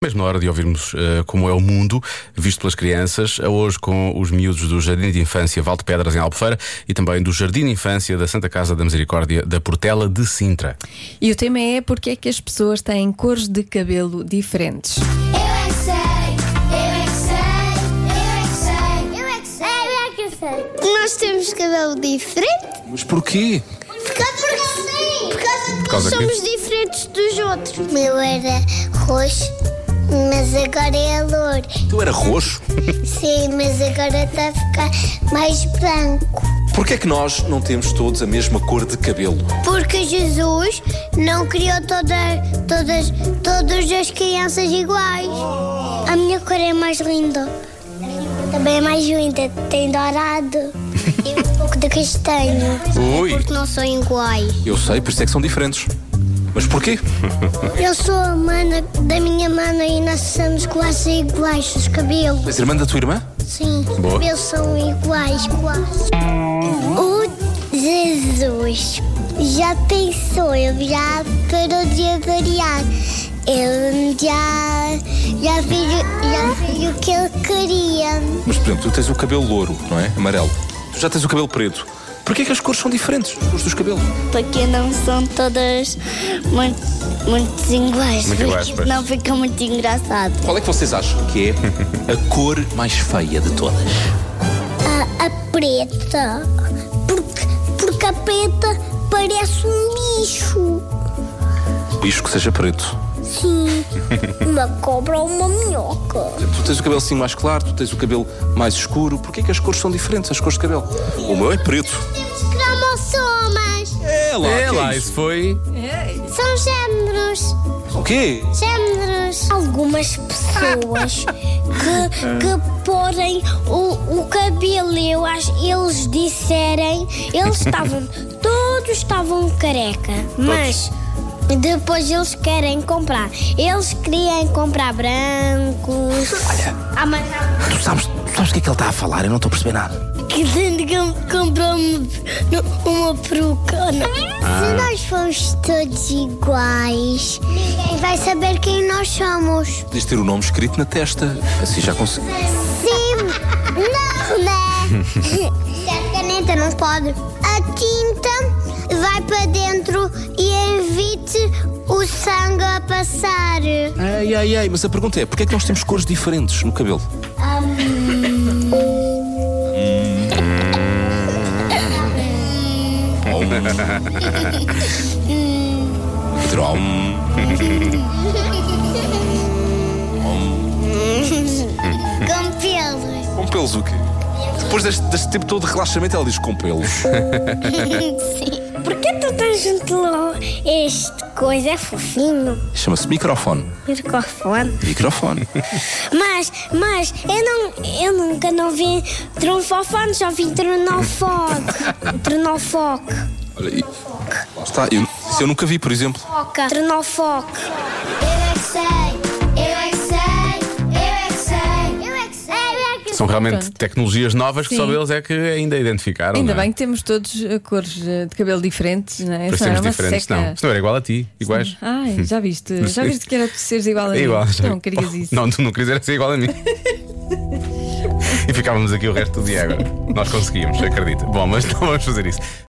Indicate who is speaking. Speaker 1: Mesmo na hora de ouvirmos eh, como é o mundo visto pelas crianças, a hoje com os miúdos do Jardim de Infância Valde Pedras em Albufeira e também do Jardim de Infância da Santa Casa da Misericórdia da Portela de Sintra.
Speaker 2: E o tema é porque é que as pessoas têm cores de cabelo diferentes.
Speaker 3: Eu é que sei, eu é que sei, eu é que sei, eu é que sei, eu é que sei. Nós temos cabelo diferente?
Speaker 4: Mas porquê?
Speaker 3: Por causa sim, por causa de
Speaker 1: causa
Speaker 3: nós
Speaker 1: que-
Speaker 3: somos diferentes dos outros. O meu era roxo, mas agora é louro.
Speaker 4: Tu era roxo?
Speaker 3: Sim, mas agora está a ficar mais branco.
Speaker 4: Porquê é que nós não temos todos a mesma cor de cabelo?
Speaker 3: Porque Jesus não criou todas, todas, todas as crianças iguais. A minha cor é mais linda. A minha cor também é mais linda, tem dourado. e um pouco de castanho.
Speaker 4: Ui.
Speaker 3: Porque não são iguais.
Speaker 4: Eu sei, por isso é que são diferentes. Mas porquê?
Speaker 3: Eu sou a mana da minha mana e nós somos quase iguais. Os cabelos,
Speaker 4: És irmã da tua irmã?
Speaker 3: sim.
Speaker 1: Boa.
Speaker 3: Os cabelos são iguais, quase.
Speaker 1: Uhum.
Speaker 3: O Jesus já pensou, ele já parou de variar. Ele já, já, fez, o- já fez o que ele queria.
Speaker 4: Mas, por exemplo, tu tens o cabelo louro, não é? Amarelo. Tu já tens o cabelo preto. Porquê é que as cores são diferentes? As cores dos cabelos.
Speaker 3: Porque não são todas muito, muito iguais.
Speaker 1: Muito iguais,
Speaker 3: porque
Speaker 1: pois.
Speaker 3: Não fica muito engraçado.
Speaker 4: Qual é que vocês acham que é a cor mais feia de todas?
Speaker 3: A, a preta. Porque, porque a preta parece um lixo.
Speaker 4: Bicho que seja preto.
Speaker 3: Sim. Uma cobra ou uma minhoca.
Speaker 4: Tu tens o cabelo assim mais claro, tu tens o cabelo mais escuro. Porquê é que as cores são diferentes, as cores de cabelo? O meu é preto.
Speaker 3: Temos cromossomas.
Speaker 4: É lá, é que é isso?
Speaker 1: foi.
Speaker 3: São géneros.
Speaker 4: O quê?
Speaker 3: Géneros. Algumas pessoas que, que porem o, o cabelo, eu acho, eles disserem, eles estavam, todos estavam careca, mas depois eles querem comprar. Eles queriam comprar brancos. Ah, Olha.
Speaker 4: Tu sabes, tu sabes o que é que ele está a falar? Eu não estou a perceber nada.
Speaker 3: Que comprou uma peruca. Se nós formos todos iguais, ninguém vai saber quem nós somos.
Speaker 4: Podias ter o nome escrito na testa. Assim já consegui.
Speaker 3: Sim, não, né? A caneta não pode. A tinta vai para dentro e evite o sangue a passar.
Speaker 4: Ai, ai, ai, mas a pergunta é: porquê é que nós temos cores diferentes no cabelo? Outro, hum.
Speaker 3: Com pelos.
Speaker 4: Com pelos o quê? Depois deste, deste tempo todo de relaxamento, ela diz com pelos.
Speaker 3: Sim. Por que tu tens um telão? Este coisa é fofinho.
Speaker 4: Chama-se microfone.
Speaker 3: Microfone.
Speaker 4: Microfone.
Speaker 3: Mas, mas, eu, não, eu nunca não vi tronfofone, já vi tronofoque. Tronofoque.
Speaker 4: Olha aí. Lá está. Eu, isso eu nunca vi, por exemplo.
Speaker 3: Foca. Tronofoque. Eu é que sei, eu é que sei, eu é que sei, eu é que sei, eu é que
Speaker 1: São realmente
Speaker 2: Pronto.
Speaker 1: tecnologias novas que só
Speaker 2: Sim.
Speaker 1: eles é que ainda identificaram.
Speaker 2: Ainda
Speaker 1: não é?
Speaker 2: bem que temos todos eh, cores eh, de cabelo diferentes, não é?
Speaker 1: Pois
Speaker 2: Senão era
Speaker 1: temos
Speaker 2: uma
Speaker 1: diferentes,
Speaker 2: seca.
Speaker 1: não. Isto não era igual a ti, iguais.
Speaker 2: Ai, já viste? Já viste que era de seres igual a mim?
Speaker 1: É igual. já-
Speaker 2: Não querias isso.
Speaker 1: Não, tu não querias era ser igual a mim. e ficávamos aqui o resto do dia agora. Nós conseguíamos, acredita. Bom, mas não vamos fazer isso.